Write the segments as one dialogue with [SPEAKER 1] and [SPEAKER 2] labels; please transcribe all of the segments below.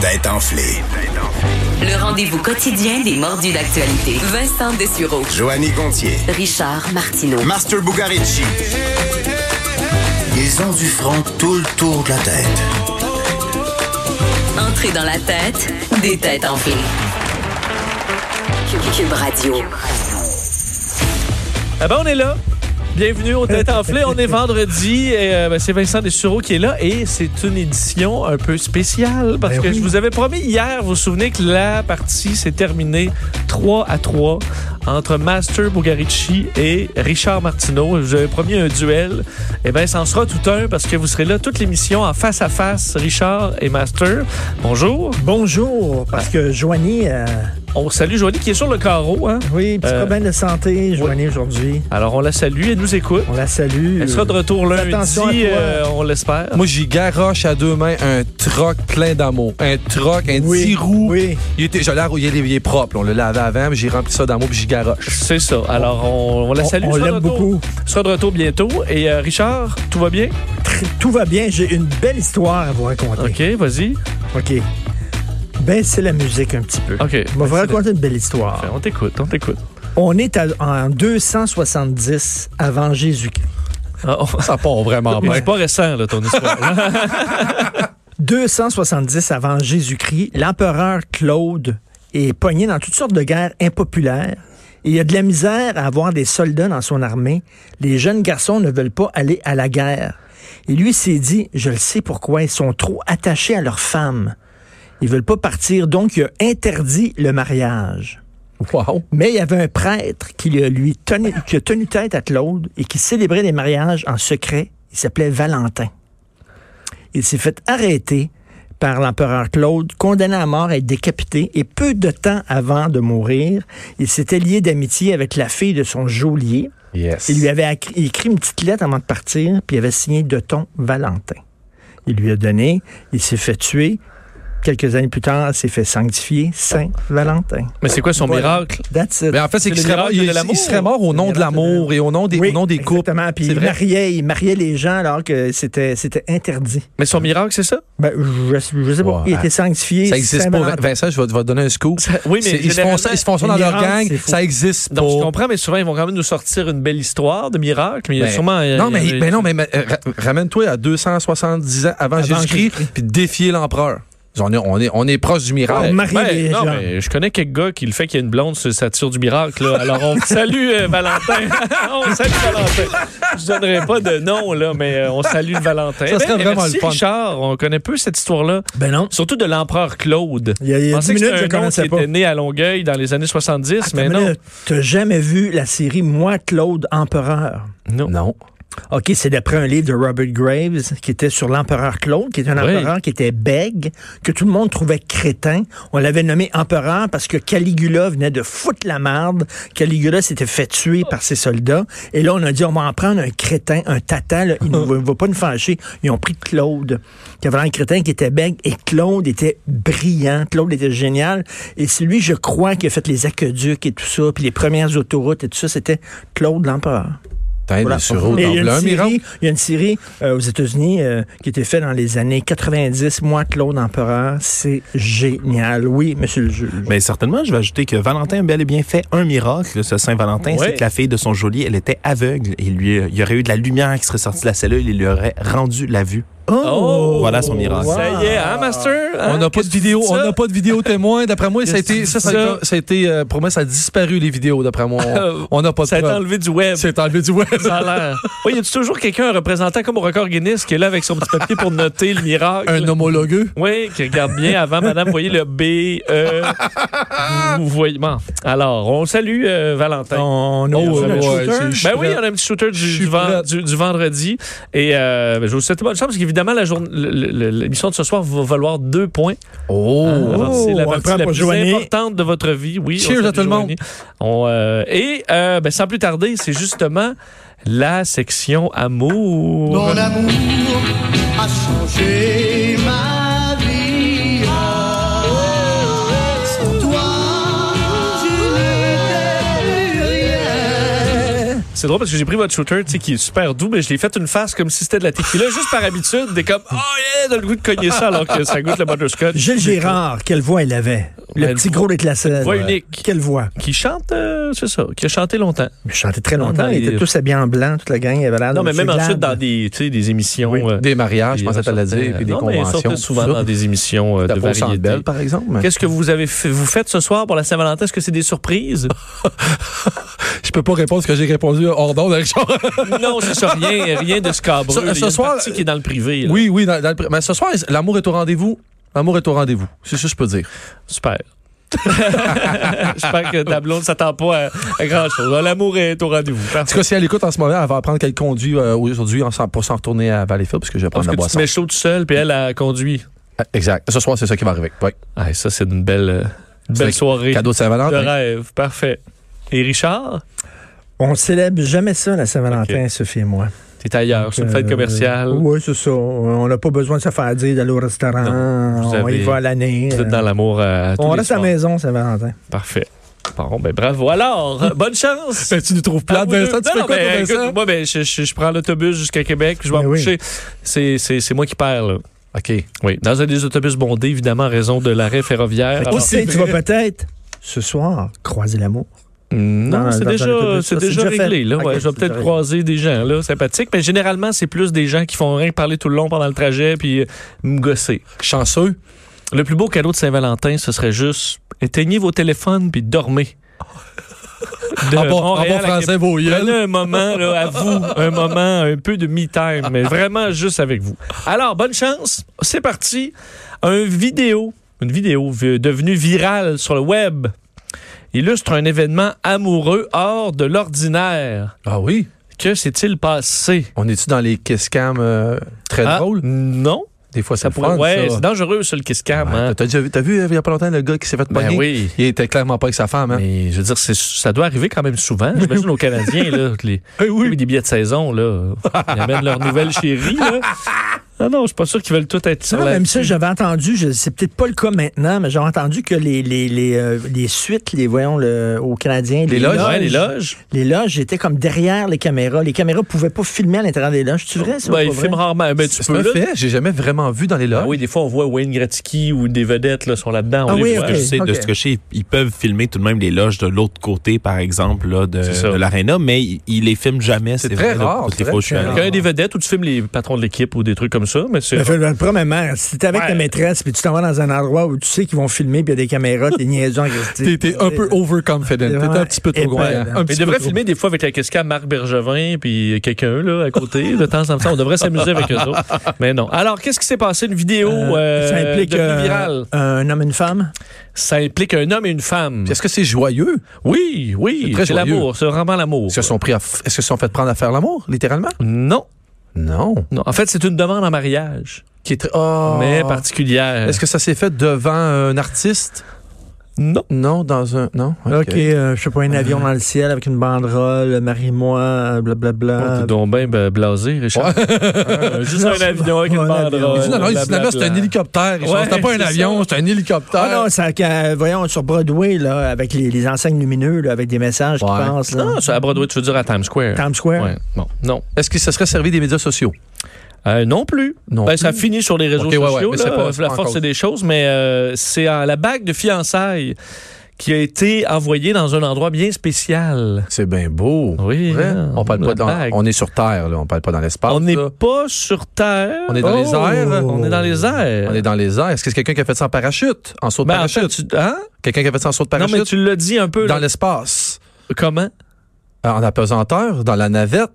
[SPEAKER 1] Tête enflée.
[SPEAKER 2] Le rendez-vous quotidien des mordus d'actualité. Vincent Dessureau.
[SPEAKER 1] Joanny Gontier.
[SPEAKER 2] Richard Martineau.
[SPEAKER 1] Master Bugarici. Ils ont du front tout le tour de la tête.
[SPEAKER 2] Entrée dans la tête des têtes enflées. Cube Radio.
[SPEAKER 3] Ah ben, on est là. Bienvenue au Tête Enflée. On est vendredi. et, euh, ben, c'est Vincent Dessureau qui est là et c'est une édition un peu spéciale parce
[SPEAKER 4] Ben
[SPEAKER 3] que
[SPEAKER 4] oui.
[SPEAKER 3] je vous avais promis hier, vous vous souvenez que la partie s'est terminée 3 à 3 entre Master Bugarici et Richard Martineau. Je vous avais promis un duel. Eh bien, ça en sera tout un parce que vous serez là toute l'émission en face à face, Richard et Master. Bonjour.
[SPEAKER 4] Bonjour, parce que Joanie, euh,
[SPEAKER 3] On salue Joanie qui est sur le carreau. Hein?
[SPEAKER 4] oui, petit
[SPEAKER 3] Euh,
[SPEAKER 4] problème de santé, Joanie aujourd'hui.
[SPEAKER 3] Alors, on la salue. Elle nous écoute.
[SPEAKER 4] On la salue.
[SPEAKER 3] Elle sera de retour
[SPEAKER 4] Fais
[SPEAKER 3] lundi,
[SPEAKER 4] attention à toi.
[SPEAKER 3] euh, on l'espère.
[SPEAKER 5] Moi, j'y garoche à deux mains un troc plein d'amour. Un troc, un
[SPEAKER 4] Oui,
[SPEAKER 5] petit roux.
[SPEAKER 4] oui.
[SPEAKER 5] Il, était, je l'ai arrou- il est, il est propre. là. On le lavait avant, mais j'ai rempli ça d'amour puis j'y garoche.
[SPEAKER 3] C'est ça. Alors, on, on la
[SPEAKER 4] On-
[SPEAKER 3] salue.
[SPEAKER 4] on
[SPEAKER 3] sera de
[SPEAKER 4] l'aime
[SPEAKER 3] retour-
[SPEAKER 4] beaucoup.
[SPEAKER 3] Sera de retour bientôt. Et euh, Richard, tout va bien?
[SPEAKER 4] Tr- Tout va bien, j'ai une belle histoire à vous raconter.
[SPEAKER 3] OK, vas-y.
[SPEAKER 4] OK. Baissez la musique un petit peu.
[SPEAKER 3] OK.
[SPEAKER 4] On va vous
[SPEAKER 3] Baissez la-
[SPEAKER 4] raconter une belle histoire.
[SPEAKER 3] On t'écoute, on t'écoute.
[SPEAKER 4] On est à- en 270 avant Jésus-Christ.
[SPEAKER 3] Ah, on-
[SPEAKER 5] Ça part vraiment bien.
[SPEAKER 3] C'est pas récent, là, ton histoire. là.
[SPEAKER 4] 270 avant Jésus-Christ, l'empereur Claude est pogné dans toutes sortes de guerres impopulaires. Et il y a de la misère à avoir des soldats dans son armée. Les jeunes garçons ne veulent pas aller à la guerre. Et lui s'est dit, je le sais pourquoi, ils sont trop attachés à leurs femmes. Ils veulent pas partir, donc il a interdit le mariage.
[SPEAKER 5] Wow.
[SPEAKER 4] Mais il y avait un prêtre qui lui a, lui tenu, qui a tenu tête à Claude et qui célébrait les mariages en secret. Il s'appelait Valentin. Il s'est fait arrêter par l'empereur Claude, condamné à mort et décapité. Et peu de temps avant de mourir, il s'était lié d'amitié avec la fille de son geôlier.
[SPEAKER 5] Yes.
[SPEAKER 4] Il lui avait accri- écrit une petite lettre avant de partir, puis il avait signé de ton Valentin. Il lui a donné, il s'est fait tuer. Quelques années plus tard, il s'est fait sanctifier Saint Valentin.
[SPEAKER 3] Mais c'est quoi son
[SPEAKER 4] Voilà.
[SPEAKER 3] miracle?
[SPEAKER 4] That's it.
[SPEAKER 5] Mais en fait,
[SPEAKER 3] C'est
[SPEAKER 5] c'est qu'il
[SPEAKER 3] le
[SPEAKER 5] serait, mort-
[SPEAKER 3] miracle de
[SPEAKER 5] il-
[SPEAKER 3] l'amour.
[SPEAKER 5] il serait mort au nom de l'amour et au nom des, au nom des couples.
[SPEAKER 4] Exactement. Puis
[SPEAKER 5] C'est
[SPEAKER 4] il
[SPEAKER 5] vrai.
[SPEAKER 4] mariait, il mariait les gens alors que c'était, c'était interdit.
[SPEAKER 3] Mais son miracle, c'est ça?
[SPEAKER 4] Ben, je, je sais pas.
[SPEAKER 5] Ouais.
[SPEAKER 4] Il était sanctifié.
[SPEAKER 5] Ça existe pas.
[SPEAKER 4] Saint-Valentin.
[SPEAKER 5] Vincent, je vais, je vais te donner un scoop.
[SPEAKER 3] oui, mais
[SPEAKER 5] C'est- ils, se font ça, ils se font ça dans
[SPEAKER 4] les
[SPEAKER 5] leur
[SPEAKER 4] miracles,
[SPEAKER 5] gang.
[SPEAKER 4] c'est faux.
[SPEAKER 5] Ça existe
[SPEAKER 3] Donc, je
[SPEAKER 5] pas.
[SPEAKER 3] comprends, mais souvent, ils vont quand même nous sortir une belle histoire de miracle. Mais il y a
[SPEAKER 5] Ben,
[SPEAKER 3] sûrement. euh,
[SPEAKER 5] non, mais,
[SPEAKER 3] il y en a-
[SPEAKER 5] mais non, mais mais, euh, ra- ramène-toi à 270 ans avant,
[SPEAKER 4] Avant
[SPEAKER 5] Jésus-Christ,
[SPEAKER 4] Jésus-Christ.
[SPEAKER 5] puis défier l'empereur. On est, on, est, on est proche du
[SPEAKER 4] On
[SPEAKER 5] miracle.
[SPEAKER 4] mariait
[SPEAKER 3] Ben,
[SPEAKER 4] les
[SPEAKER 3] non,
[SPEAKER 4] gens.
[SPEAKER 3] mais je connais quelques gars qui le fait qu'il y a une blonde, ça ça tire du miracle. là. Alors, on salue euh, Valentin. on salue Valentin. Je donnerai pas de nom, là, mais euh, on salue le Valentin.
[SPEAKER 5] Ça serait
[SPEAKER 3] Ben,
[SPEAKER 5] vraiment
[SPEAKER 3] merci,
[SPEAKER 5] le fun.
[SPEAKER 3] Richard, on connaît peu cette histoire-là.
[SPEAKER 4] Ben non.
[SPEAKER 3] Surtout de l'empereur Claude.
[SPEAKER 4] Il y a- il y a
[SPEAKER 3] Je pensais
[SPEAKER 4] 10
[SPEAKER 3] que c'était
[SPEAKER 4] minutes, je
[SPEAKER 3] un nom
[SPEAKER 4] connaissais
[SPEAKER 3] qui
[SPEAKER 4] pas.
[SPEAKER 3] était né à Longueuil dans les années 70, mais
[SPEAKER 4] Attends,
[SPEAKER 3] non.
[SPEAKER 4] là, T'as jamais vu la série Moi, Claude, empereur?
[SPEAKER 3] Non.
[SPEAKER 5] Non.
[SPEAKER 4] OK, c'est d'après un livre de Robert Graves qui était sur l'empereur Claude, qui est un
[SPEAKER 3] Oui.
[SPEAKER 4] empereur qui était bègue, que tout le monde trouvait crétin. On l'avait nommé empereur parce que Caligula venait de foutre la marde. Caligula s'était fait tuer par ses soldats. Et là, on a dit, on va en prendre un crétin, un tatan, là, il ne va, va pas nous fâcher. Ils ont pris Claude, qui avait un crétin, qui était bègue. Et Claude était brillant. Claude était génial. Et c'est lui, je crois, qui a fait les aqueducs et tout ça, puis les premières autoroutes et tout ça, c'était Claude l'empereur.
[SPEAKER 5] Putain,
[SPEAKER 4] Voilà.
[SPEAKER 5] le sureau,
[SPEAKER 4] Et Ah, il, y a
[SPEAKER 5] il en
[SPEAKER 4] une
[SPEAKER 5] voulait un miracle.
[SPEAKER 3] hein,
[SPEAKER 4] série, il y a une série euh, aux États-Unis euh, qui était faite dans les années 90, Moi, Claude Empereur. C'est génial. Oui, monsieur le juge.
[SPEAKER 3] Ben,
[SPEAKER 6] Bien, Ben, certainement, je vais ajouter que Valentin a bel et bien fait un miracle, ce Saint-Valentin,
[SPEAKER 3] Ouais.
[SPEAKER 6] c'est que la fille de son geôlier, elle était aveugle et lui, euh, il y aurait eu de la lumière qui serait sortie de la cellule et lui aurait rendu la vue. Oh! Voilà son miracle.
[SPEAKER 3] Ça y est, hein, Master? Hein?
[SPEAKER 5] On n'a pas de
[SPEAKER 3] Qu'est-ce que tu
[SPEAKER 5] vidéo,
[SPEAKER 3] dis de
[SPEAKER 5] on
[SPEAKER 3] ça?
[SPEAKER 5] n'a pas de vidéo témoin. D'après moi, ça a
[SPEAKER 3] Qu'est-ce que
[SPEAKER 5] été,
[SPEAKER 3] tu
[SPEAKER 5] ça,
[SPEAKER 3] dis
[SPEAKER 5] ça a
[SPEAKER 3] ça?
[SPEAKER 5] été- ça a été, euh, pour moi, ça a disparu les vidéos. D'après moi, on- on n'a pas de
[SPEAKER 3] Ça a été
[SPEAKER 5] preuves.
[SPEAKER 3] enlevé du web.
[SPEAKER 5] C'est enlevé du web.
[SPEAKER 3] Ça a l'air. Oui, y a toujours quelqu'un, un représentant comme au record Guinness, qui est là avec son petit papier pour noter le miracle?
[SPEAKER 5] Un homologueux.
[SPEAKER 3] Oui, qui regarde bien avant, madame. Vous voyez le B, E. Vous voyez. bon. Alors, on salue euh, Valentin.
[SPEAKER 4] On a
[SPEAKER 5] Oh,
[SPEAKER 4] reçu
[SPEAKER 5] ouais,
[SPEAKER 4] notre
[SPEAKER 5] ouais,
[SPEAKER 4] shooter.
[SPEAKER 5] c'est- je suis
[SPEAKER 3] Ben oui,
[SPEAKER 5] prêt.
[SPEAKER 3] on a un petit shooter
[SPEAKER 5] Je
[SPEAKER 3] du,
[SPEAKER 5] suis
[SPEAKER 3] du ven-
[SPEAKER 5] prêt.
[SPEAKER 3] du- du vendredi. Et euh, je vous souhaite bonne chance parce qu'évidemment, la journ- le- le- l'émission de ce soir va valoir deux points.
[SPEAKER 5] Oh.
[SPEAKER 3] La partie- Hein? la
[SPEAKER 4] on
[SPEAKER 3] partie
[SPEAKER 4] prend
[SPEAKER 3] la
[SPEAKER 4] pour
[SPEAKER 3] plus
[SPEAKER 4] Joanie.
[SPEAKER 3] importante de votre vie. Oui,
[SPEAKER 5] Cheers
[SPEAKER 3] on salue
[SPEAKER 5] à tout le monde.
[SPEAKER 3] Joanie. On, euh, et euh, ben, sans plus tarder, c'est justement la section amour.
[SPEAKER 7] Mon amour a changé ma vie. Sans toi, je n'étais plus rien.
[SPEAKER 3] C'est drôle parce que j'ai pris votre shooter, tu sais, qui est super doux, mais je l'ai fait une face comme si c'était de la tequila, juste par habitude, des comme, oh yeah, donne le goût de cogner ça, alors que ça goûte le butterscotch.
[SPEAKER 4] Gilles Gérard, quelle voix il avait. Le
[SPEAKER 3] Ben,
[SPEAKER 4] petit
[SPEAKER 3] une
[SPEAKER 4] gros avec la selle.
[SPEAKER 3] voix unique.
[SPEAKER 4] Quelle voix.
[SPEAKER 3] Qui chante, euh, c'est ça, qui a chanté longtemps.
[SPEAKER 4] Il chantait très longtemps.
[SPEAKER 3] Non,
[SPEAKER 4] Ils
[SPEAKER 3] il-
[SPEAKER 4] étaient tous habillés en blanc, toute la gang. Il avait l'air
[SPEAKER 3] Non,
[SPEAKER 4] de
[SPEAKER 3] mais
[SPEAKER 4] Monsieur
[SPEAKER 3] même ensuite
[SPEAKER 4] Glad.
[SPEAKER 3] dans des, tu sais, des émissions. euh,
[SPEAKER 5] Des mariages,
[SPEAKER 3] puis,
[SPEAKER 5] je pensais
[SPEAKER 3] euh,
[SPEAKER 5] que t'allais
[SPEAKER 3] sortaient-
[SPEAKER 5] dire, puis des
[SPEAKER 3] non, mais ils sortaient
[SPEAKER 5] conventions.
[SPEAKER 3] souvent dans des émissions euh, de
[SPEAKER 5] T'as pas au Centre
[SPEAKER 3] variété.
[SPEAKER 5] Bell, par exemple.
[SPEAKER 3] Qu'est-ce que vous avez fait, vous faites ce soir pour la Saint-Valentin? Est-ce que c'est des surprises?
[SPEAKER 5] Je peux pas répondre ce que j'ai répondu hors d'onde, Richard.
[SPEAKER 3] non, c'est ça, rien, rien de scabreux.
[SPEAKER 5] Ce-
[SPEAKER 3] là. Il y a
[SPEAKER 5] ce
[SPEAKER 3] une
[SPEAKER 5] soir,
[SPEAKER 3] partie qui est dans le privé. là.
[SPEAKER 5] Oui, oui. dans- dans le pr- mais ce soir, l'amour est au rendez-vous. L'amour est au rendez-vous. C'est ça que je peux dire.
[SPEAKER 3] Super. J'espère que ta blonde s'attend pas à, à grand-chose. Alors, L'amour est au rendez-vous.
[SPEAKER 5] En
[SPEAKER 3] Parfait.
[SPEAKER 5] tout cas, si elle écoute en ce moment, elle va apprendre qu'elle conduit euh, aujourd'hui en s'en- pour s'en retourner à Valleyfield parce que je vais
[SPEAKER 3] Parce
[SPEAKER 5] prendre
[SPEAKER 3] que
[SPEAKER 5] la
[SPEAKER 3] tu te
[SPEAKER 5] boisson.
[SPEAKER 3] mets chaud tout seul, puis elle a conduit.
[SPEAKER 5] Ah, Exact. Ce soir, c'est ça qui va arriver. Oui.
[SPEAKER 3] Ah, ça, c'est une belle, euh, une belle
[SPEAKER 5] C'est-
[SPEAKER 3] soirée
[SPEAKER 5] Cadeau de
[SPEAKER 3] de
[SPEAKER 5] Saint-Valentin.
[SPEAKER 3] rêve. Parfait. Et Richard,
[SPEAKER 4] On célèbre jamais ça, la Saint-Valentin, Sophie et moi.
[SPEAKER 3] t'es ailleurs. C'est une fête
[SPEAKER 4] Euh,
[SPEAKER 3] commerciale.
[SPEAKER 4] Oui, c'est ça. On n'a pas besoin de se faire dire d'aller au restaurant.
[SPEAKER 3] Non, vous
[SPEAKER 4] on y
[SPEAKER 3] avez-
[SPEAKER 4] va à l'année. euh.
[SPEAKER 3] Vous êtes dans l'amour à tous
[SPEAKER 4] On
[SPEAKER 3] les
[SPEAKER 4] reste à la
[SPEAKER 3] soirs.
[SPEAKER 4] maison, Saint-Valentin.
[SPEAKER 3] Parfait. Bon, ben bravo. Alors, euh, bonne chance.
[SPEAKER 5] Ben, tu nous trouves
[SPEAKER 3] Ah,
[SPEAKER 5] plate,
[SPEAKER 3] oui,
[SPEAKER 5] Vincent? Tu
[SPEAKER 3] non,
[SPEAKER 5] fais
[SPEAKER 3] non,
[SPEAKER 5] quoi,
[SPEAKER 3] ben,
[SPEAKER 5] toi, Vincent?
[SPEAKER 3] écoute, Moi, ben, je, je- je prends l'autobus jusqu'à Québec, je vais
[SPEAKER 4] Ben
[SPEAKER 3] me
[SPEAKER 4] oui.
[SPEAKER 3] coucher. C'est- C'est c'est moi qui perds, là.
[SPEAKER 5] OK.
[SPEAKER 3] Oui, dans un des autobus bondés, évidemment, en raison de l'arrêt ferroviaire. Alors,
[SPEAKER 4] Qui sait, tu vas peut-être, ce soir, croiser l'amour.
[SPEAKER 3] non,
[SPEAKER 4] dans-
[SPEAKER 3] c'est
[SPEAKER 4] dans un
[SPEAKER 3] déjà,
[SPEAKER 4] autobus,
[SPEAKER 3] c'est
[SPEAKER 4] ça, c'est
[SPEAKER 3] déjà
[SPEAKER 4] déjà fait.
[SPEAKER 3] réglé. Là,
[SPEAKER 4] Ok,
[SPEAKER 3] ouais, je vais
[SPEAKER 4] c'est
[SPEAKER 3] peut-être
[SPEAKER 4] déjà
[SPEAKER 3] croiser des gens là, sympathiques, mais généralement, c'est plus des gens qui font rien que parler tout le long pendant le trajet puis euh, me gosser.
[SPEAKER 5] Chanceux.
[SPEAKER 3] Le plus beau cadeau de Saint-Valentin, ce serait juste éteignez vos téléphones puis dormez. De
[SPEAKER 5] en, bon, en
[SPEAKER 3] Montréal
[SPEAKER 5] bon
[SPEAKER 3] à
[SPEAKER 5] français, vos yeux.
[SPEAKER 3] Prenez un moment là, à vous, un moment un peu de me-time, mais vraiment juste avec vous. Alors, bonne chance. C'est parti. Un vidéo, une vidéo vi- devenue virale sur le web illustre un événement amoureux hors de l'ordinaire.
[SPEAKER 5] Ah oui?
[SPEAKER 3] Que s'est-il passé?
[SPEAKER 5] On est-tu dans les kiss cam euh, très
[SPEAKER 3] Ah,
[SPEAKER 5] drôles?
[SPEAKER 3] Non,
[SPEAKER 5] Des fois,
[SPEAKER 3] ça
[SPEAKER 5] c'est
[SPEAKER 3] pourrait.
[SPEAKER 5] fun,
[SPEAKER 3] ouais,
[SPEAKER 5] ça.
[SPEAKER 3] c'est dangereux sur le kiss cam.
[SPEAKER 5] Ouais,
[SPEAKER 3] hein.
[SPEAKER 5] t'as- T'as déjà vu, t'as vu, euh, il y a pas longtemps, le gars qui s'est fait
[SPEAKER 3] Ben
[SPEAKER 5] pogner?
[SPEAKER 3] oui.
[SPEAKER 5] Il était clairement pas avec sa femme, hein?
[SPEAKER 3] Mais je veux dire, c'est- ça doit arriver quand même souvent. J'imagine aux Canadiens, là, que les, oui. des billets de saison, là, ils amènent leur nouvelle chérie. Là. Ah non, je suis pas sûr qu'ils veulent tout être sur
[SPEAKER 4] Non,
[SPEAKER 3] la-
[SPEAKER 4] même ça, j'avais entendu, je- c'est peut-être pas le cas maintenant, mais j'avais entendu que les, les, les, euh, les suites, les voyons le, aux Canadiens,
[SPEAKER 5] Les loges,
[SPEAKER 3] Ouais, les loges.
[SPEAKER 4] les loges étaient comme derrière les caméras. Les caméras pouvaient pas filmer à l'intérieur des loges. Tu vrai, ça? ou
[SPEAKER 3] Ben,
[SPEAKER 4] pas
[SPEAKER 3] ils
[SPEAKER 4] vrai?
[SPEAKER 3] filment rarement. Ben, tu
[SPEAKER 5] C'est
[SPEAKER 3] peux,
[SPEAKER 5] un
[SPEAKER 3] là.
[SPEAKER 5] fait. J'ai jamais vraiment vu dans les
[SPEAKER 3] Ah
[SPEAKER 5] loges.
[SPEAKER 3] oui, des fois, on voit Wayne Gretzky ou des vedettes là, sont là-dedans. on
[SPEAKER 4] Ah
[SPEAKER 3] les
[SPEAKER 4] oui,
[SPEAKER 3] voit.
[SPEAKER 4] ok.
[SPEAKER 6] Je sais, de ce que je sais, ils peuvent filmer tout de même les loges de l'autre côté, par exemple, là, de,
[SPEAKER 3] C'est ça.
[SPEAKER 6] de l'aréna, mais ils, ils les filment jamais.
[SPEAKER 5] C'est très
[SPEAKER 6] vrai, là,
[SPEAKER 5] rare,
[SPEAKER 6] toutes
[SPEAKER 5] c'est
[SPEAKER 6] les
[SPEAKER 5] vrai
[SPEAKER 6] fois où je suis
[SPEAKER 5] que-
[SPEAKER 6] allé.
[SPEAKER 3] Quand il y a des vedettes ou tu filmes les patrons de l'équipe ou des trucs comme ça, mais c'est.
[SPEAKER 4] Ben, fait, ben, premièrement, si t'es avec
[SPEAKER 3] Ouais.
[SPEAKER 4] ta maîtresse puis tu t'en vas dans un endroit où tu sais qu'ils vont filmer puis il y a des caméras, t'es niaisant.
[SPEAKER 5] T'es t'es un
[SPEAKER 4] Euh,
[SPEAKER 5] peu overconfident. T'es un petit peu trop
[SPEAKER 4] Épais,
[SPEAKER 5] goyant.
[SPEAKER 4] là.
[SPEAKER 5] Un
[SPEAKER 3] Mais
[SPEAKER 5] petit
[SPEAKER 3] il
[SPEAKER 5] peu
[SPEAKER 3] devrait
[SPEAKER 5] trop.
[SPEAKER 3] filmer des fois avec la cascade Marc Bergevin puis euh, quelqu'un là à côté de temps en temps. On devrait s'amuser avec eux autres. Mais non. Alors, qu'est-ce qui s'est passé? Une vidéo euh,
[SPEAKER 4] ça implique
[SPEAKER 3] devenue
[SPEAKER 4] euh,
[SPEAKER 3] virale.
[SPEAKER 4] un homme et une femme.
[SPEAKER 3] Ça implique un homme et une femme.
[SPEAKER 5] Est-ce que c'est joyeux?
[SPEAKER 3] Oui,
[SPEAKER 5] C'est
[SPEAKER 3] oui.
[SPEAKER 5] très
[SPEAKER 3] C'est
[SPEAKER 5] joyeux.
[SPEAKER 3] l'amour. C'est vraiment l'amour.
[SPEAKER 5] Est-ce qu'ils sont pris à f- est-ce qu'ils se sont fait prendre à faire l'amour, littéralement?
[SPEAKER 3] Non.
[SPEAKER 5] Non.
[SPEAKER 3] Non. En fait, c'est une demande en mariage,
[SPEAKER 5] Qui est très- Ah.
[SPEAKER 3] mais particulière.
[SPEAKER 5] Est-ce que ça s'est fait devant un artiste?
[SPEAKER 3] Non.
[SPEAKER 5] Non, dans un. Non.
[SPEAKER 4] OK, euh, je sais pas, un avion dans le ciel avec une banderole, marie-moi, euh,
[SPEAKER 5] Euh,
[SPEAKER 4] blablabla.
[SPEAKER 3] T'es donc bien ben, blasé, Richard. Euh, juste un avion avec une
[SPEAKER 4] Un avion.
[SPEAKER 3] banderole.
[SPEAKER 5] Il dit, non, non, il dit, finalement, c'est un
[SPEAKER 3] blablabla.
[SPEAKER 5] hélicoptère. Richard.
[SPEAKER 3] Ouais,
[SPEAKER 5] C'était pas un
[SPEAKER 3] c'est
[SPEAKER 5] avion,
[SPEAKER 3] ça.
[SPEAKER 5] c'est un hélicoptère.
[SPEAKER 4] Ah non, ça, quand- voyons, sur Broadway, là, avec les, les enseignes lumineuses, là, avec des messages qui
[SPEAKER 5] Ouais.
[SPEAKER 4] passent. Là.
[SPEAKER 3] Non, c'est Ah, à Broadway, tu veux dire à Times Square.
[SPEAKER 4] Times Square.
[SPEAKER 3] Ouais, bon, non.
[SPEAKER 5] Est-ce qu'il se serait servi des médias sociaux?
[SPEAKER 3] Euh, non plus.
[SPEAKER 5] Non
[SPEAKER 3] Ben,
[SPEAKER 5] plus.
[SPEAKER 3] ça finit sur les réseaux
[SPEAKER 5] Ok, ouais, ouais,
[SPEAKER 3] sociaux.
[SPEAKER 5] mais
[SPEAKER 3] là.
[SPEAKER 5] c'est pas- c'est
[SPEAKER 3] la
[SPEAKER 5] pas en
[SPEAKER 3] force,
[SPEAKER 5] cause.
[SPEAKER 3] c'est des choses, mais euh, c'est en- la bague de fiançailles qui a été envoyée dans un endroit bien spécial.
[SPEAKER 5] C'est bien beau.
[SPEAKER 3] Oui,
[SPEAKER 5] Vrai?
[SPEAKER 3] hein,
[SPEAKER 5] On parle
[SPEAKER 3] la
[SPEAKER 5] pas dans,
[SPEAKER 3] bague.
[SPEAKER 5] on est sur Terre, là. On parle pas dans l'espace.
[SPEAKER 3] on n'est
[SPEAKER 5] là.
[SPEAKER 3] pas sur Terre. Oh!
[SPEAKER 5] On est dans les airs.
[SPEAKER 3] On est dans les airs.
[SPEAKER 5] On est dans les airs. Est-ce que c'est quelqu'un qui a fait ça en parachute? En saut de
[SPEAKER 3] Ben, en
[SPEAKER 5] parachute?
[SPEAKER 3] fait, tu- hein?
[SPEAKER 5] Quelqu'un qui a fait ça en saut de
[SPEAKER 3] Non,
[SPEAKER 5] parachute?
[SPEAKER 3] mais tu l'as dit un peu.
[SPEAKER 5] Dans
[SPEAKER 3] là.
[SPEAKER 5] l'espace? Euh,
[SPEAKER 3] Comment?
[SPEAKER 5] En apesanteur? Dans la navette?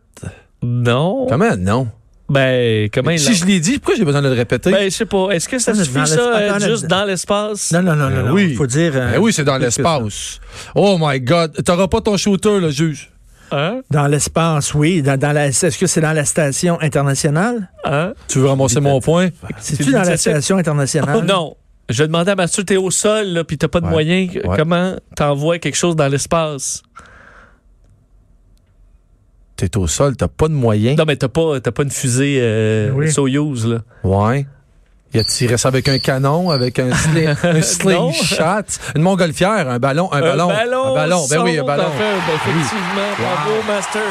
[SPEAKER 3] Non.
[SPEAKER 5] Comment? Non.
[SPEAKER 3] Oh. Ben, comment il
[SPEAKER 5] si je l'ai dit, pourquoi j'ai besoin de le répéter?
[SPEAKER 3] Ben, je sais pas. Est-ce que ça
[SPEAKER 4] Dans
[SPEAKER 3] suffit,
[SPEAKER 4] l'espace.
[SPEAKER 3] ça,
[SPEAKER 4] Attends,
[SPEAKER 3] être
[SPEAKER 4] là-
[SPEAKER 3] juste dans l'espace?
[SPEAKER 4] Non, non, non, non, non.
[SPEAKER 5] oui.
[SPEAKER 4] Faut dire. euh,
[SPEAKER 5] Ben oui, c'est dans l'espace. Oh my God. T'auras pas ton shooter, le juge.
[SPEAKER 3] Hein?
[SPEAKER 4] Dans l'espace, oui. Dans, dans la, est-ce que c'est dans la station internationale?
[SPEAKER 3] Hein?
[SPEAKER 5] Tu veux ramasser mon point?
[SPEAKER 4] C'est-tu dans la
[SPEAKER 3] l'initiative-
[SPEAKER 4] station internationale?
[SPEAKER 3] Oh, Non. Je demandais à Mathieu, t'es au sol, là, pis t'as pas de
[SPEAKER 5] Hein? Ouais.
[SPEAKER 3] moyens. que-
[SPEAKER 5] Ouais.
[SPEAKER 3] Comment t'envoies quelque chose dans l'espace?
[SPEAKER 5] T'es au sol, t'as pas de moyens.
[SPEAKER 3] Non, mais t'as pas, t'as pas une fusée euh,
[SPEAKER 4] Oui.
[SPEAKER 3] Soyouz, là.
[SPEAKER 5] Ouais. Il a tiré ça avec un canon, avec un, sli- un slingshot, une montgolfière, un ballon, un, ballon,
[SPEAKER 3] ballon.
[SPEAKER 5] un ballon. Ben oui, un
[SPEAKER 3] sombre,
[SPEAKER 5] ballon.
[SPEAKER 3] t'as fait, ben, effectivement. Bravo, Master.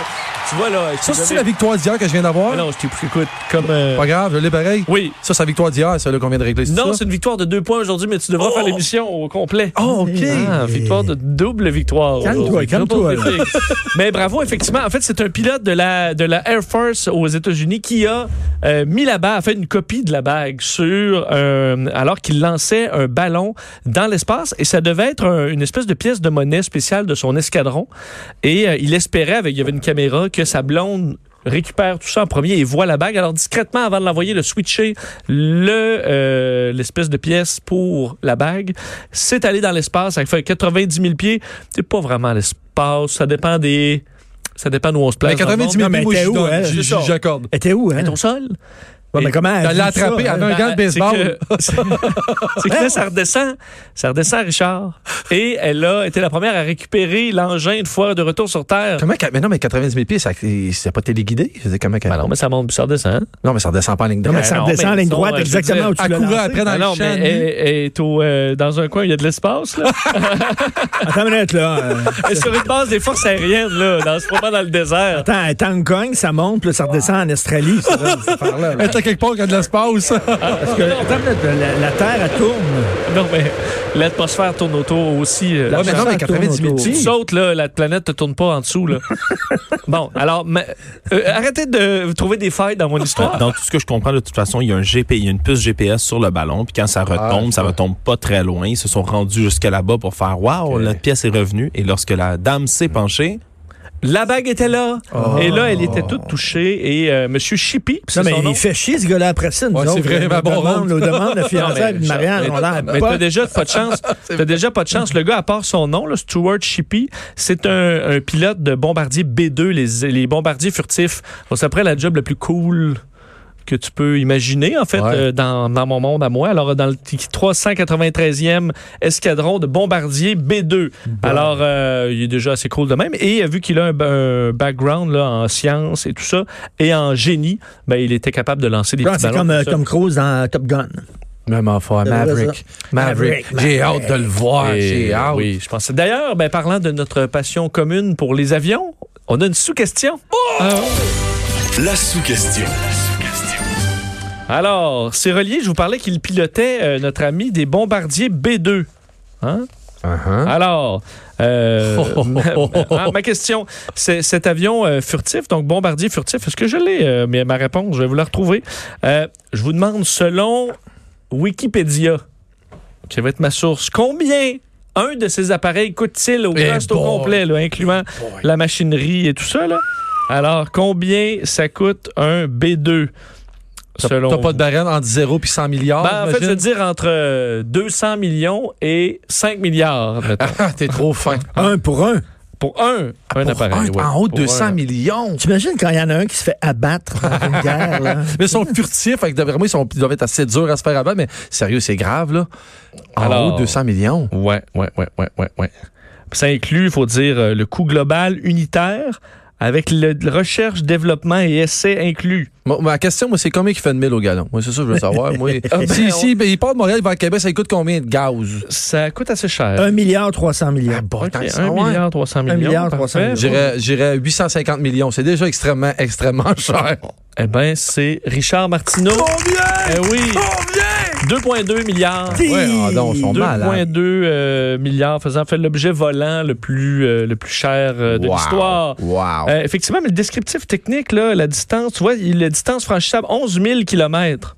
[SPEAKER 3] Tu vois, là.
[SPEAKER 5] Ça, c'est
[SPEAKER 3] j'avais-
[SPEAKER 5] la victoire d'hier que je viens d'avoir?
[SPEAKER 3] Ah Non, je t'ai pris, écoute, comme. euh,
[SPEAKER 5] Pas grave, je l'ai pareil.
[SPEAKER 3] Oui.
[SPEAKER 5] Ça, c'est la victoire d'hier, celle qu'on vient de régler.
[SPEAKER 3] Non,
[SPEAKER 5] ça?
[SPEAKER 3] c'est une victoire de deux points aujourd'hui, mais tu devras faire l'émission au complet.
[SPEAKER 5] Oh, OK.
[SPEAKER 3] Ah, victoire de double victoire.
[SPEAKER 4] Calme-toi,
[SPEAKER 3] aujourd'hui.
[SPEAKER 4] calme-toi,
[SPEAKER 3] Triple victoire. Mais bravo, effectivement. En fait, c'est un pilote de la, de la Air Force aux États-Unis qui a euh, mis la bague, a fait une copie de la bague sur euh, alors qu'il lançait un ballon dans l'espace et ça devait être un- une espèce de pièce de monnaie spéciale de son escadron. Et euh, il espérait, avec, il y avait une caméra, que sa blonde récupère tout ça en premier et voit la bague. Alors discrètement, avant de l'envoyer, de switcher le euh, l'espèce de pièce pour la bague, c'est allé dans l'espace. Ça fait 90 000 pieds. C'est pas vraiment l'espace. Ça dépend des ça dépend d'où on se place.
[SPEAKER 5] Ben, 90
[SPEAKER 3] dans
[SPEAKER 5] 000
[SPEAKER 3] le monde.
[SPEAKER 4] mais
[SPEAKER 5] pieds, moi,
[SPEAKER 4] t'es
[SPEAKER 5] j'y
[SPEAKER 4] où,
[SPEAKER 5] donne.
[SPEAKER 4] hein?
[SPEAKER 5] J'y-
[SPEAKER 4] C'est ça.
[SPEAKER 5] J'accorde.
[SPEAKER 4] Elle était où, hein?
[SPEAKER 3] Mais ton sol. ben,
[SPEAKER 4] Ouais, mais comment elle
[SPEAKER 5] Elle l'a
[SPEAKER 4] vit ça, hein?
[SPEAKER 5] attrapé
[SPEAKER 4] elle?
[SPEAKER 5] avec un gant de baseball.
[SPEAKER 3] C'est que, c'est que là, ça redescend. Ça redescend, Richard. Et elle a été la première à récupérer l'engin une fois de retour sur Terre.
[SPEAKER 5] Comment qu'elle- mais non, mais 90 000 pieds, ça, c'est pas téléguidé? Je veux dire, comment qu'elle-
[SPEAKER 3] Ben non, mais ça monte, puis ça redescend.
[SPEAKER 5] non, mais ça redescend pas en ligne
[SPEAKER 4] Non, mais
[SPEAKER 5] droite.
[SPEAKER 4] ça
[SPEAKER 3] non,
[SPEAKER 4] redescend en
[SPEAKER 3] mais
[SPEAKER 4] ligne
[SPEAKER 3] disons,
[SPEAKER 4] droite
[SPEAKER 3] euh, je veux
[SPEAKER 4] exactement
[SPEAKER 3] dire,
[SPEAKER 4] où tu
[SPEAKER 5] Elle
[SPEAKER 4] l'as
[SPEAKER 5] courait
[SPEAKER 4] lancé.
[SPEAKER 5] après dans
[SPEAKER 3] Ah
[SPEAKER 5] le
[SPEAKER 3] non, mais
[SPEAKER 5] champ.
[SPEAKER 3] elle, elle est au, euh, dans un coin où il y a de l'espace. là.
[SPEAKER 4] Attends une minute, là. euh,
[SPEAKER 3] Elle est sur une base des forces aériennes, là, dans ce moment dans le désert.
[SPEAKER 4] Attends, elle est à Hong Kong, ça monte, puis là, ça redescend en Australie. c'est ça, cette affaire-là, là.
[SPEAKER 5] Elle était quelque part qui a de l'espace.
[SPEAKER 4] Parce que, attends une minute, la, la Terre, elle tourne.
[SPEAKER 3] Non, mais l'atmosphère tourne autour aussi. euh,
[SPEAKER 5] Ouais, mais non,
[SPEAKER 4] Ça tourne
[SPEAKER 5] mais 90 000
[SPEAKER 4] autour.
[SPEAKER 3] tu
[SPEAKER 5] pieds.
[SPEAKER 3] sautes, là, la planète te tourne pas en dessous. Là. bon, alors, mais, euh, arrêtez de trouver des failles dans mon histoire.
[SPEAKER 6] Dans tout ce que je comprends, de toute façon, il y a un GP, il y a une puce GPS sur le ballon, puis quand ça
[SPEAKER 5] Ah,
[SPEAKER 6] retombe, ça retombe pas très loin. Ils se sont rendus jusque là-bas pour faire Waouh, notre pièce est revenue. Et lorsque la dame
[SPEAKER 5] Mm.
[SPEAKER 6] s'est penchée,
[SPEAKER 3] La bague était là. Et là, elle était toute touchée. Et euh, Monsieur Chippy, c'est
[SPEAKER 4] Oh. Non,
[SPEAKER 3] son
[SPEAKER 4] mais
[SPEAKER 3] nom.
[SPEAKER 4] il fait chier, ce gars-là, après ça. nous
[SPEAKER 5] Ouais, c'est
[SPEAKER 4] autres,
[SPEAKER 5] vrai,
[SPEAKER 4] on
[SPEAKER 5] ma
[SPEAKER 4] demande-
[SPEAKER 5] baronne.
[SPEAKER 4] On nous demande la
[SPEAKER 3] Non, mais,
[SPEAKER 4] fiançailles de mariage, on l'a
[SPEAKER 3] Mais Ben, t'as déjà pas de chance. T'as déjà pas de chance. Le gars, à part son nom, là, Stuart Shippey, c'est un, un pilote de bombardier B2, les, les bombardiers furtifs. On s'appelait la job la plus cool que tu peux imaginer, en fait,
[SPEAKER 5] Ouais.
[SPEAKER 3] euh, dans, dans mon monde à moi. Alors, dans le t- 393e escadron de bombardiers B2. Alors, euh, il est déjà assez cool de même. Et euh, vu qu'il a un, ba- un background là, en sciences et tout ça, et en génie, ben, il était capable de lancer des petits
[SPEAKER 4] C'est
[SPEAKER 3] ballons
[SPEAKER 4] comme
[SPEAKER 3] tout
[SPEAKER 4] euh,
[SPEAKER 3] seul.
[SPEAKER 4] Tom Cruise dans Top Gun.
[SPEAKER 5] Même affaire, Maverick. Maverick.
[SPEAKER 4] Maverick,
[SPEAKER 5] J'ai hâte de le voir. J'ai
[SPEAKER 3] Et,
[SPEAKER 5] hâte.
[SPEAKER 3] Oui, je pense. D'ailleurs, ben, parlant de notre passion commune pour les avions, on a une sous-question.
[SPEAKER 1] La sous-question.
[SPEAKER 3] Alors, c'est relié, je vous parlais qu'il pilotait euh, notre ami des bombardiers B2. Hein?
[SPEAKER 5] Uh-huh.
[SPEAKER 3] Alors, euh, ma, ma question, c'est cet avion euh, furtif, donc bombardier furtif, est-ce que je l'ai? euh, mais ma réponse, je vais vous la retrouver. Euh, je vous demande, selon Wikipédia, qui va être ma source, combien un de ces appareils coûte-t-il au
[SPEAKER 5] Eh
[SPEAKER 3] cost au
[SPEAKER 5] boy. Eh
[SPEAKER 3] complet, là, incluant la machinerie et tout ça? là? Alors, combien ça coûte un B2?
[SPEAKER 5] T'as
[SPEAKER 3] selon
[SPEAKER 5] t'as pas
[SPEAKER 3] vous?
[SPEAKER 5] de barème entre 0 puis 100 milliards.
[SPEAKER 3] Ben, en fait, je veux
[SPEAKER 5] j'imagine?
[SPEAKER 3] dire entre euh, 200 millions et 5 milliards. mettons.
[SPEAKER 5] Ah, t'es trop fin.
[SPEAKER 4] Un pour un.
[SPEAKER 3] Pour un, un
[SPEAKER 5] Pour
[SPEAKER 3] appareil.
[SPEAKER 5] un,
[SPEAKER 3] ouais.
[SPEAKER 5] en haut de
[SPEAKER 3] Pour
[SPEAKER 5] 200
[SPEAKER 3] un.
[SPEAKER 5] millions.
[SPEAKER 4] T'imagines quand il y en a un qui se fait abattre dans une guerre, là?
[SPEAKER 5] Mais ils sont furtifs. Fait que d'après moi, ils, sont, ils doivent être assez durs à se faire avant. Mais sérieux, c'est grave, là. En
[SPEAKER 3] Alors-
[SPEAKER 5] haut de 200 millions.
[SPEAKER 3] Ouais, ouais, ouais, ouais, ouais, ouais. Ça inclut, il faut dire, euh, le coût global unitaire avec le le recherche, développement et essai inclus.
[SPEAKER 5] Ma, ma question, moi, c'est combien il fait de mille au galon? Moi, c'est ça, je veux savoir. Moi,
[SPEAKER 3] Ah,
[SPEAKER 5] si, si, ben, il part de Montréal, il va à Québec, ça lui coûte combien de gaz?
[SPEAKER 3] Ça coûte assez cher.
[SPEAKER 4] 1 milliard 300 millions.
[SPEAKER 5] Ah, Bon,
[SPEAKER 3] Ah, Ok,
[SPEAKER 5] tant que ça,
[SPEAKER 3] 1
[SPEAKER 5] ouais.
[SPEAKER 3] milliard 300 millions.
[SPEAKER 4] milliard
[SPEAKER 3] parfait.
[SPEAKER 4] 300 millions.
[SPEAKER 5] J'irais j'irais 850 millions. C'est déjà extrêmement, extrêmement cher.
[SPEAKER 3] Eh bien, c'est Richard Martineau. Eh oui. 2,2 milliards.
[SPEAKER 5] Ouais, ah non, ils sont malades.
[SPEAKER 3] 2,2 euh, milliards faisant fait l'objet volant le plus, euh, le plus cher euh, de
[SPEAKER 5] Wow.
[SPEAKER 3] l'histoire.
[SPEAKER 5] Wow.
[SPEAKER 3] Euh, effectivement, mais le descriptif technique, là, la distance, tu vois, il- la distance franchissable, 11 000 km.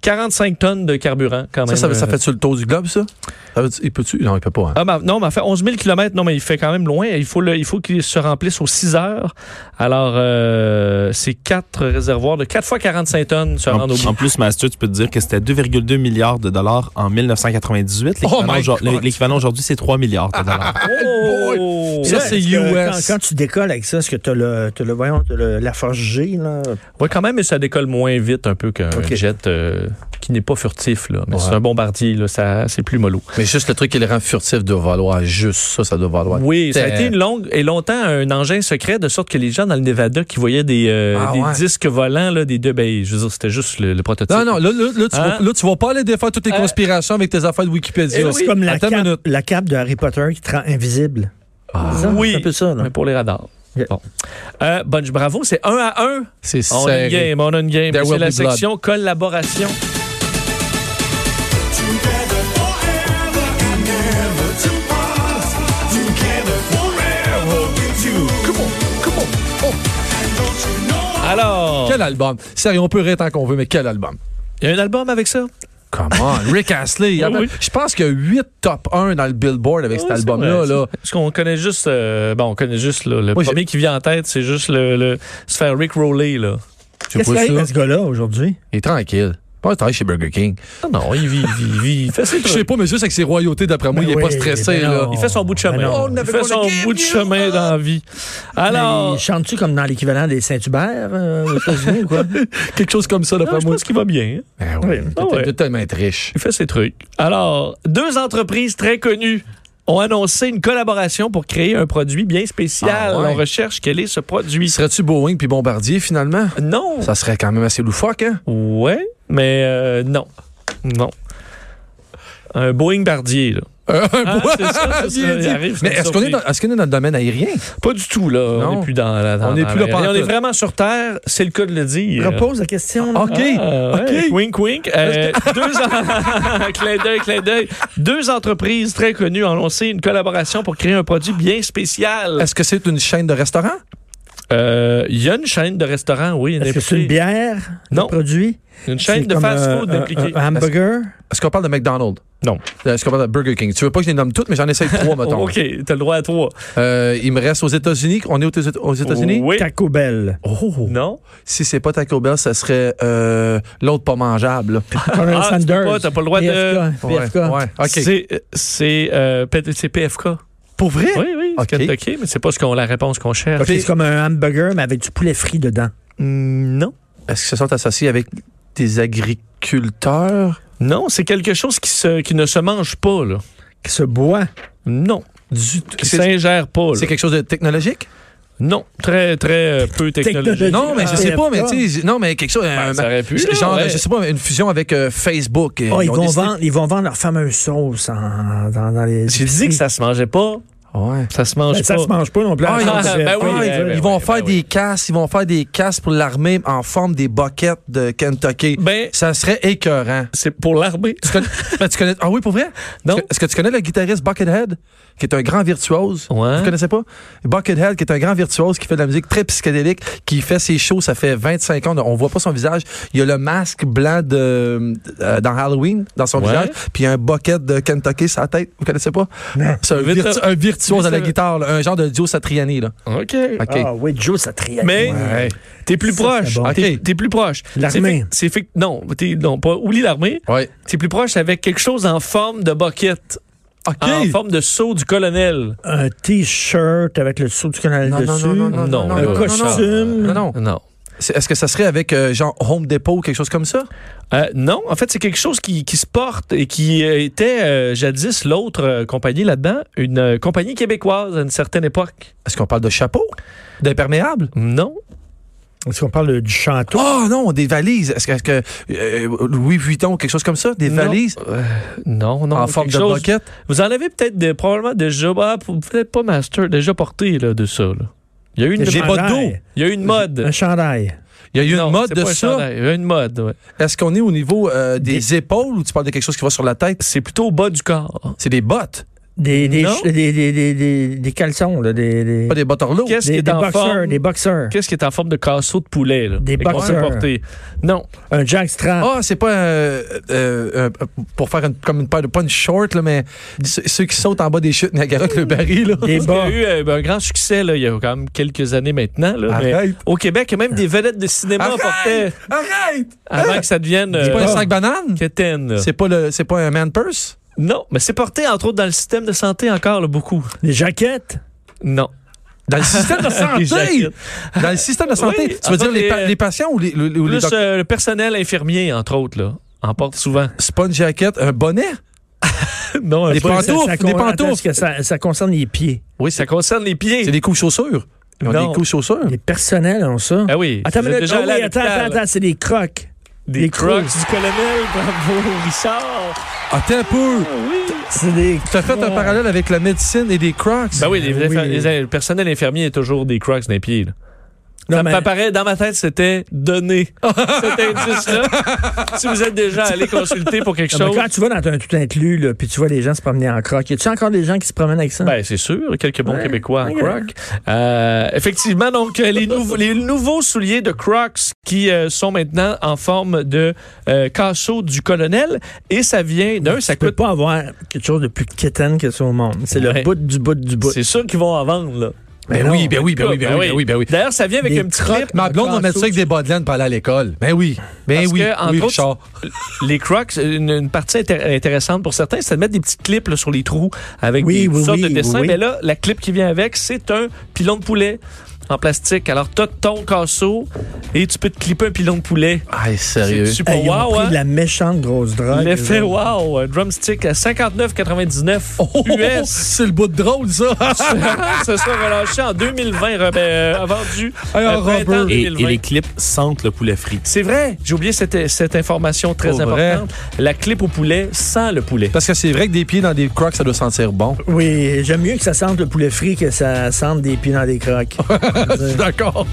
[SPEAKER 3] 45 tonnes de carburant, quand même.
[SPEAKER 5] Ça, ça, ça
[SPEAKER 3] Euh,
[SPEAKER 5] fait sur le tour du globe, ça? Ça veut dire- il peut-tu? Non, il peut pas. hein.
[SPEAKER 3] ah, mais- non, mais en fait, 11 000 km, non, mais il fait quand même loin. Il faut, le- il faut qu'il se remplisse aux 6 heures. Alors, euh, c'est 4 réservoirs de 4 fois 45 tonnes se
[SPEAKER 6] en,
[SPEAKER 3] rendent au bout.
[SPEAKER 6] en plus, Master, tu peux te dire que c'était 2,2 milliards de dollars en 1998. L'équivalent
[SPEAKER 5] Oh my
[SPEAKER 6] aujourd-
[SPEAKER 5] God.
[SPEAKER 6] L'équivalent aujourd'hui, c'est 3 milliards de dollars.
[SPEAKER 3] Oh!
[SPEAKER 5] Ça,
[SPEAKER 4] Ouais,
[SPEAKER 5] c'est
[SPEAKER 4] est-ce que
[SPEAKER 5] US.
[SPEAKER 4] Quand, quand tu décolles avec ça, est-ce que tu as le, t'as le, voyons, t'as le, la Force G, là?
[SPEAKER 3] Oui, quand même, mais ça décolle moins vite un peu qu'un
[SPEAKER 4] Ok.
[SPEAKER 3] jet euh, qui n'est pas furtif. Là. Mais
[SPEAKER 5] Ouais.
[SPEAKER 3] c'est un bombardier, là, ça, c'est plus mollo.
[SPEAKER 5] Mais juste le truc qui les rend furtifs doit valoir juste ça, ça doit valoir.
[SPEAKER 3] Oui, ça a
[SPEAKER 5] C'est-
[SPEAKER 3] été une longue et longtemps un engin secret, de sorte que les gens dans le Nevada qui voyaient des, euh,
[SPEAKER 4] Ah
[SPEAKER 3] des
[SPEAKER 4] ouais.
[SPEAKER 3] disques volants, là, des deux. Ben, je veux dire, c'était juste le, le prototype.
[SPEAKER 5] Non, non, là, là, là, tu,
[SPEAKER 3] Hein?
[SPEAKER 5] vas, là, tu vas pas aller défaire toutes tes
[SPEAKER 3] Euh, Eh
[SPEAKER 5] conspirations avec tes affaires de Wikipédia.
[SPEAKER 4] C'est comme la
[SPEAKER 5] Attends une
[SPEAKER 4] cape,
[SPEAKER 5] minute.
[SPEAKER 4] la cape de Harry Potter qui te rend invisible. C'est ça?
[SPEAKER 3] Ah. oui.
[SPEAKER 4] C'est un peu ça, là.
[SPEAKER 3] Mais pour les radars.
[SPEAKER 4] Yeah.
[SPEAKER 3] Bon. Euh, Bunch, bravo, c'est 1 à 1.
[SPEAKER 5] C'est
[SPEAKER 3] On a une
[SPEAKER 5] serré.
[SPEAKER 3] game, on a une game.
[SPEAKER 5] There
[SPEAKER 3] C'est
[SPEAKER 5] will
[SPEAKER 3] la
[SPEAKER 5] be blood.
[SPEAKER 3] section collaboration. Alors,
[SPEAKER 5] Quel album. Sérieux, on peut rire tant qu'on veut, mais quel album.
[SPEAKER 3] il y a un album avec ça?
[SPEAKER 5] Come on, Rick Astley.
[SPEAKER 3] Eh Oui, oui.
[SPEAKER 5] Je pense qu'il y a 8 top 1 dans le Billboard avec cet
[SPEAKER 3] Ouais, c'est
[SPEAKER 5] album-là.
[SPEAKER 3] vrai,
[SPEAKER 5] Là.
[SPEAKER 3] c'est- Parce qu'on connaît juste. euh, bon, on connaît juste. là, le
[SPEAKER 5] Oui,
[SPEAKER 3] premier qui vient en tête, c'est juste le, le- se faire Rick Rowley. Là.
[SPEAKER 5] Je sais
[SPEAKER 4] Qu'est-ce qu'il
[SPEAKER 5] pas
[SPEAKER 4] y a
[SPEAKER 5] ça.
[SPEAKER 4] avec ce gars-là aujourd'hui?
[SPEAKER 5] Il est tranquille. Pas il travaille chez Burger King.
[SPEAKER 3] Non, non, il vit. il vit- il vit- il fait ses
[SPEAKER 5] Je sais
[SPEAKER 3] trucs.
[SPEAKER 5] pas, mais juste avec ses royautés, d'après moi,
[SPEAKER 4] Ben
[SPEAKER 5] il est pas
[SPEAKER 4] oui,
[SPEAKER 5] stressé.
[SPEAKER 4] ben
[SPEAKER 5] là.
[SPEAKER 4] non.
[SPEAKER 3] Il fait son bout de chemin.
[SPEAKER 4] Oh,
[SPEAKER 3] il fait son bout de chemin dans la vie. Alors,
[SPEAKER 4] Mais Chantes-tu comme dans l'équivalent des Saint-Hubert euh, aux États-Unis ou quoi?
[SPEAKER 5] Quelque chose comme ça,
[SPEAKER 3] non,
[SPEAKER 5] d'après
[SPEAKER 3] je
[SPEAKER 5] moi.
[SPEAKER 3] pense qu'il va bien. hein.
[SPEAKER 5] Ben oui,
[SPEAKER 3] Oui.
[SPEAKER 5] il
[SPEAKER 3] Ah
[SPEAKER 5] doit-
[SPEAKER 3] ouais.
[SPEAKER 5] il doit tellement être riche.
[SPEAKER 3] Il fait ses trucs. Alors, deux entreprises très connues ont annoncé une collaboration pour créer un produit bien spécial.
[SPEAKER 5] Ah ouais.
[SPEAKER 3] On recherche quel est ce produit.
[SPEAKER 5] Serais-tu Boeing puis Bombardier, finalement?
[SPEAKER 3] Non.
[SPEAKER 5] Ça serait quand même assez loufoque, hein?
[SPEAKER 3] Ouais, mais euh, non. Non. Un Boeing Bardier, là.
[SPEAKER 5] Un bois-
[SPEAKER 3] Ah, c'est ça, c'est ça,
[SPEAKER 5] Bien
[SPEAKER 3] il
[SPEAKER 5] dit.
[SPEAKER 3] arrive, c'est
[SPEAKER 5] Mais
[SPEAKER 3] une
[SPEAKER 5] est-ce qu'on Euh,
[SPEAKER 3] surprise.
[SPEAKER 5] est, dans- est-ce qu'on est dans le domaine aérien?
[SPEAKER 3] Pas du tout, là. On
[SPEAKER 5] Non.
[SPEAKER 3] n'est plus dans la. dans-
[SPEAKER 5] On n'est
[SPEAKER 3] dans
[SPEAKER 5] plus là
[SPEAKER 3] la-
[SPEAKER 5] pantoute.
[SPEAKER 3] On est vraiment sur Terre, c'est le cas de le dire.
[SPEAKER 4] Repose la question. là.
[SPEAKER 5] OK.
[SPEAKER 3] Ah,
[SPEAKER 5] OK.
[SPEAKER 3] ouais. Wink, wink. Euh, deux, en- clin d'œil, clin d'œil. deux entreprises très connues ont lancé une collaboration pour créer un produit bien spécial.
[SPEAKER 5] Est-ce que c'est une chaîne de restaurants?
[SPEAKER 3] Euh, Il y a une chaîne de restaurants, oui.
[SPEAKER 4] Est-ce que c'est une bière?
[SPEAKER 3] Ah, Non.
[SPEAKER 4] Un produit?
[SPEAKER 3] Une chaîne
[SPEAKER 4] C'est
[SPEAKER 3] de
[SPEAKER 4] comme,
[SPEAKER 3] fast-food
[SPEAKER 4] euh,
[SPEAKER 3] impliquée.
[SPEAKER 4] Un, un hamburger?
[SPEAKER 5] Est-ce qu'on parle de McDonald's? Euh,
[SPEAKER 3] Non.
[SPEAKER 5] Est-ce qu'on parle de Burger King? Tu veux pas que je les nomme toutes, mais j'en essaye trois, mettons.
[SPEAKER 3] OK, t'as le droit à trois.
[SPEAKER 5] Euh, il me reste aux États-Unis. On est aux Éta- aux États-Unis?
[SPEAKER 3] Oui.
[SPEAKER 4] Taco Bell.
[SPEAKER 5] Oh!
[SPEAKER 3] Non.
[SPEAKER 5] Si c'est pas Taco Bell, ça serait euh, l'autre pas mangeable. là.
[SPEAKER 4] Colonel
[SPEAKER 3] Ah, tu peux
[SPEAKER 4] Sanders.
[SPEAKER 3] pas, t'as pas le droit de-
[SPEAKER 4] PFK.
[SPEAKER 5] Ouais,
[SPEAKER 4] PFK.
[SPEAKER 5] ouais. OK.
[SPEAKER 3] C'est- C'est euh, P- c'est PFK.
[SPEAKER 5] Pour vrai?
[SPEAKER 3] Oui, oui,
[SPEAKER 5] OK.
[SPEAKER 3] c'est Kentucky, mais c'est pas ce qu'on, la réponse qu'on cherche.
[SPEAKER 4] Ok, C'est comme un hamburger, mais avec du poulet frit dedans.
[SPEAKER 3] Mm, Non.
[SPEAKER 5] Est-ce qu'ils se sont associés avec des agriculteurs?
[SPEAKER 3] Non, c'est quelque chose qui, se, qui ne se mange pas, là.
[SPEAKER 4] Qui se boit.
[SPEAKER 3] Non. Du Qui
[SPEAKER 5] C'est-
[SPEAKER 3] s'ingère pas, là.
[SPEAKER 5] C'est quelque chose de technologique?
[SPEAKER 3] Non. Très, très euh, peu technologique.
[SPEAKER 4] Technologique.
[SPEAKER 5] Non, mais je sais pas, mais tu sais, non, mais quelque chose.
[SPEAKER 3] Ben,
[SPEAKER 5] euh,
[SPEAKER 3] ça aurait pu, là,
[SPEAKER 5] Genre,
[SPEAKER 3] ouais.
[SPEAKER 5] je sais pas, une fusion avec euh, Facebook.
[SPEAKER 4] Oh, ils,
[SPEAKER 5] ont
[SPEAKER 4] vont
[SPEAKER 5] décidé-
[SPEAKER 4] vendre, ils vont vendre leur fameuse sauce en- dans, dans les.
[SPEAKER 3] J'ai dit que ça se mangeait pas.
[SPEAKER 5] Ouais.
[SPEAKER 3] Ça se mange
[SPEAKER 4] Ben, ça
[SPEAKER 3] pas.
[SPEAKER 4] se mange pas non plus.
[SPEAKER 5] Ah,
[SPEAKER 4] la
[SPEAKER 5] ils
[SPEAKER 4] sauce,
[SPEAKER 3] ont-
[SPEAKER 4] euh,
[SPEAKER 3] ben oui,
[SPEAKER 4] pas,
[SPEAKER 5] Ouais,
[SPEAKER 3] ben
[SPEAKER 5] ils
[SPEAKER 3] oui,
[SPEAKER 5] vont
[SPEAKER 3] ben
[SPEAKER 5] faire
[SPEAKER 3] oui.
[SPEAKER 5] des casses, ils vont faire des casses pour l'armée en forme des buckets de Kentucky.
[SPEAKER 3] Ben,
[SPEAKER 5] Ça serait écœurant.
[SPEAKER 3] c'est pour l'armée.
[SPEAKER 5] Tu connais- ben, tu connais- Ah oui, pour vrai?
[SPEAKER 3] Non.
[SPEAKER 5] Est-ce que- Est-ce que tu connais le guitariste Buckethead, qui est un grand virtuose?
[SPEAKER 3] Ouais.
[SPEAKER 5] Vous connaissez pas? Buckethead, qui est un grand virtuose, qui fait de la musique très psychédélique, qui fait ses shows, ça fait 25 ans, on voit pas son visage. Il a le masque blanc de, euh, dans Halloween, dans son
[SPEAKER 3] Ouais.
[SPEAKER 5] visage, puis il y a un bucket de Kentucky sur la tête. Vous connaissez pas? C'est un,
[SPEAKER 3] Vite,
[SPEAKER 5] virtu-
[SPEAKER 3] là.
[SPEAKER 5] un virtuose à la
[SPEAKER 3] Vite, euh, là.
[SPEAKER 5] guitare, là, un genre de Joe Satriani. Là.
[SPEAKER 3] OK.
[SPEAKER 5] OK.
[SPEAKER 4] Ah oui, Joe, ça triait.
[SPEAKER 3] Mais
[SPEAKER 5] Ouais.
[SPEAKER 3] t'es plus
[SPEAKER 4] Ça,
[SPEAKER 3] proche.
[SPEAKER 4] c'est bon.
[SPEAKER 3] T'es-
[SPEAKER 5] OK.
[SPEAKER 3] T'es plus proche.
[SPEAKER 4] L'armée.
[SPEAKER 3] C'est fait- c'est fait- non, t'es- non, pas. Oublie l'armée.
[SPEAKER 5] Ouais.
[SPEAKER 3] T'es plus proche avec quelque chose en forme de bucket.
[SPEAKER 5] OK.
[SPEAKER 3] En forme de seau du colonel.
[SPEAKER 4] Un T-shirt avec le sou du canal
[SPEAKER 5] Non, non,
[SPEAKER 4] dessus.
[SPEAKER 5] non, non, non,
[SPEAKER 3] Non,
[SPEAKER 5] non,
[SPEAKER 3] un
[SPEAKER 5] non, non,
[SPEAKER 4] costume.
[SPEAKER 5] Non, non.
[SPEAKER 3] Euh, Non.
[SPEAKER 5] C'est- Est-ce que ça serait avec euh, genre Home Depot ou quelque chose comme ça?
[SPEAKER 3] Euh, non, en fait, c'est quelque chose qui, qui se porte et qui euh, était euh, jadis l'autre euh, compagnie là-dedans, une euh, compagnie québécoise à une certaine époque.
[SPEAKER 5] Est-ce qu'on parle de chapeau? D'imperméable?
[SPEAKER 3] Non.
[SPEAKER 4] Est-ce qu'on parle du château?
[SPEAKER 5] Oh non, des valises. Est-ce que, est-ce que, euh, Louis Vuitton, quelque chose comme ça? Des
[SPEAKER 3] Non.
[SPEAKER 5] valises
[SPEAKER 3] Euh, non, non.
[SPEAKER 5] en forme
[SPEAKER 3] quelque
[SPEAKER 5] de
[SPEAKER 3] chose-
[SPEAKER 5] bucket?
[SPEAKER 3] Vous en avez peut-être des- probablement déjà, ah, p- peut-être pas master, déjà porté là, de ça. là. Il y a eu une,
[SPEAKER 4] J'ai
[SPEAKER 3] mode-
[SPEAKER 4] pas d'eau.
[SPEAKER 3] Il y a eu une
[SPEAKER 4] Un
[SPEAKER 3] mode.
[SPEAKER 4] chandail.
[SPEAKER 5] Il y a eu
[SPEAKER 3] Non,
[SPEAKER 5] une mode
[SPEAKER 3] c'est
[SPEAKER 5] de
[SPEAKER 3] pas un
[SPEAKER 5] ça.
[SPEAKER 3] chandail. Il y a eu une mode, ouais.
[SPEAKER 5] Est-ce qu'on est au niveau euh, des, épaules ou tu parles de quelque chose qui va sur la tête?
[SPEAKER 3] C'est plutôt au bas du corps.
[SPEAKER 5] C'est des bottes,
[SPEAKER 4] Des, des,
[SPEAKER 3] Non. Ah,
[SPEAKER 4] ch- des, des, des, des, des caleçons, là, des, des,
[SPEAKER 5] pas des bottes orlots.
[SPEAKER 3] Qu'est-ce qui
[SPEAKER 4] des,
[SPEAKER 3] est
[SPEAKER 4] des
[SPEAKER 3] en
[SPEAKER 4] boxeurs,
[SPEAKER 3] forme?
[SPEAKER 4] des boxeurs.
[SPEAKER 3] Qu'est-ce qui est en forme de casseau de poulet? Là,
[SPEAKER 4] Des
[SPEAKER 3] et qu'on peut
[SPEAKER 4] boxeurs.
[SPEAKER 3] porter? Non.
[SPEAKER 4] Un jackstrap.
[SPEAKER 5] Ah, c'est pas euh, euh, euh, pour faire une- comme une paire de pas une short là, mais ceux ceux qui sautent en bas des chutes Niagara avec le baril là.
[SPEAKER 4] Des
[SPEAKER 3] Il y a
[SPEAKER 4] bas.
[SPEAKER 3] eu euh, un grand succès là, il y a quand même quelques années maintenant. là, mais
[SPEAKER 5] Arrête.
[SPEAKER 3] au Québec, même des vedettes de cinéma portaient
[SPEAKER 5] Arrête! Arrête!
[SPEAKER 3] avant que ça devienne
[SPEAKER 5] C'est pas un
[SPEAKER 3] euh,
[SPEAKER 5] sac banane?
[SPEAKER 3] quétaine, là.
[SPEAKER 5] C'est pas le c'est pas un man purse?
[SPEAKER 3] Non, mais c'est porté entre autres dans le système de santé encore là, beaucoup.
[SPEAKER 4] Des jaquettes.
[SPEAKER 3] Non.
[SPEAKER 5] Dans le système de
[SPEAKER 3] Des
[SPEAKER 5] santé!
[SPEAKER 3] jaquettes.
[SPEAKER 5] Dans le système de santé,
[SPEAKER 3] Oui,
[SPEAKER 5] tu veux
[SPEAKER 3] en fait,
[SPEAKER 5] dire les, pa-
[SPEAKER 3] les-
[SPEAKER 5] les patients ou les, ou les
[SPEAKER 3] Plus
[SPEAKER 5] docteurs?
[SPEAKER 3] euh, le personnel infirmier entre autres là, en porte souvent.
[SPEAKER 5] C'est pas une jaquette, un bonnet?
[SPEAKER 3] non,
[SPEAKER 5] Des
[SPEAKER 4] Ça- ça-
[SPEAKER 5] pantoufles,
[SPEAKER 4] ça-
[SPEAKER 3] Ah,
[SPEAKER 5] des
[SPEAKER 4] attends,
[SPEAKER 5] pantoufles.
[SPEAKER 4] parce que ça, ça concerne les pieds.
[SPEAKER 3] oui, ça concerne les pieds.
[SPEAKER 5] C'est des couches chaussures. Ils ont
[SPEAKER 3] Non.
[SPEAKER 5] des coups chaussures.
[SPEAKER 4] Les personnels ont ça.
[SPEAKER 3] Ah oui.
[SPEAKER 4] Attends,
[SPEAKER 3] vous êtes
[SPEAKER 4] mais
[SPEAKER 3] déjà allé à
[SPEAKER 4] attends,
[SPEAKER 3] l'hôpital.
[SPEAKER 4] attends, attends, c'est des crocs.
[SPEAKER 3] Des,
[SPEAKER 4] des
[SPEAKER 3] crocs
[SPEAKER 4] crocs.
[SPEAKER 3] du colonel, bravo, Richard.
[SPEAKER 5] Attends un peu.
[SPEAKER 4] C'est des.
[SPEAKER 5] T'as fait un parallèle avec la médecine et des crocs.
[SPEAKER 3] Ben oui, les,
[SPEAKER 4] Ah Oui.
[SPEAKER 3] infer- les in- le personnel infirmier a toujours des crocs dans les pieds. là.
[SPEAKER 4] Non,
[SPEAKER 3] ça
[SPEAKER 4] mais-
[SPEAKER 3] me paraît, dans ma tête, c'était donné. Cet indice-là. si vous êtes déjà allé consulter pour quelque
[SPEAKER 4] Non, mais
[SPEAKER 3] chose,
[SPEAKER 4] quand tu vas dans un tout inclus, là, puis tu vois les gens se promener en crocs, y a-tu encore des gens qui se promènent avec ça?
[SPEAKER 3] ben c'est sûr, quelques bons Québécois en
[SPEAKER 4] Ouais.
[SPEAKER 3] crocs. Euh, effectivement, donc, euh, les, nouveaux- les nouveaux souliers de crocs qui euh, sont maintenant en forme de euh, cachot du colonel. Et ça vient d'un, ça
[SPEAKER 4] tu peux
[SPEAKER 3] coûte...
[SPEAKER 4] pas avoir quelque chose de plus kitten que ça au monde. C'est le
[SPEAKER 3] Ouais.
[SPEAKER 4] bout du bout du bout.
[SPEAKER 3] C'est sûr qu'ils vont en vendre, là.
[SPEAKER 5] Ben
[SPEAKER 4] non.
[SPEAKER 5] oui, ben oui, ben oui, ben oui, ben oui, ben oui.
[SPEAKER 3] D'ailleurs, ça vient avec
[SPEAKER 4] Des
[SPEAKER 3] un petit
[SPEAKER 4] crocs
[SPEAKER 3] clip.
[SPEAKER 5] Ma blonde va mettre ça avec des bas de laine pour aller à l'école. Ben oui. Ben
[SPEAKER 4] Eh
[SPEAKER 3] Parce
[SPEAKER 5] oui.
[SPEAKER 3] que, entre
[SPEAKER 5] oui,
[SPEAKER 3] autres,
[SPEAKER 5] Richard.
[SPEAKER 3] Les Crocs, une, une partie intér- intéressante pour certains, c'est de mettre des petites clips là, sur les trous avec
[SPEAKER 4] Oui,
[SPEAKER 3] des toutes
[SPEAKER 4] oui,
[SPEAKER 3] sortes
[SPEAKER 4] oui,
[SPEAKER 3] de dessins.
[SPEAKER 4] oui, oui.
[SPEAKER 3] Mais là, la clip qui vient avec, c'est un pilon de poulet en plastique. Alors, t'as ton casseau et tu peux te clipper un pilon de poulet.
[SPEAKER 5] Aïe,
[SPEAKER 3] C'est
[SPEAKER 5] sérieux.
[SPEAKER 3] super
[SPEAKER 4] Hey, ils ont
[SPEAKER 3] wow,
[SPEAKER 4] pris
[SPEAKER 3] hein?
[SPEAKER 4] de la méchante grosse drogue.
[SPEAKER 3] L'effet
[SPEAKER 4] eux autres.
[SPEAKER 3] wow, un drumstick à 59,99
[SPEAKER 5] Oh,
[SPEAKER 3] US.
[SPEAKER 5] c'est le bout de drôle, ça.
[SPEAKER 3] Ce sera relâché en 2020, re- ben, euh, vendu
[SPEAKER 5] Hey,
[SPEAKER 3] euh,
[SPEAKER 5] en
[SPEAKER 3] printemps
[SPEAKER 5] rubber.
[SPEAKER 6] Et, et
[SPEAKER 3] 2020.
[SPEAKER 6] les clips sentent le poulet frit.
[SPEAKER 3] C'est vrai, j'ai oublié cette, cette information très
[SPEAKER 5] Pour vrai.
[SPEAKER 3] importante. La clip au poulet sans le poulet.
[SPEAKER 5] Parce que c'est vrai que des pieds dans des crocs, ça doit sentir bon.
[SPEAKER 4] Oui, j'aime mieux que ça sente le poulet frit que ça sente des pieds dans des crocs.
[SPEAKER 5] D'accord.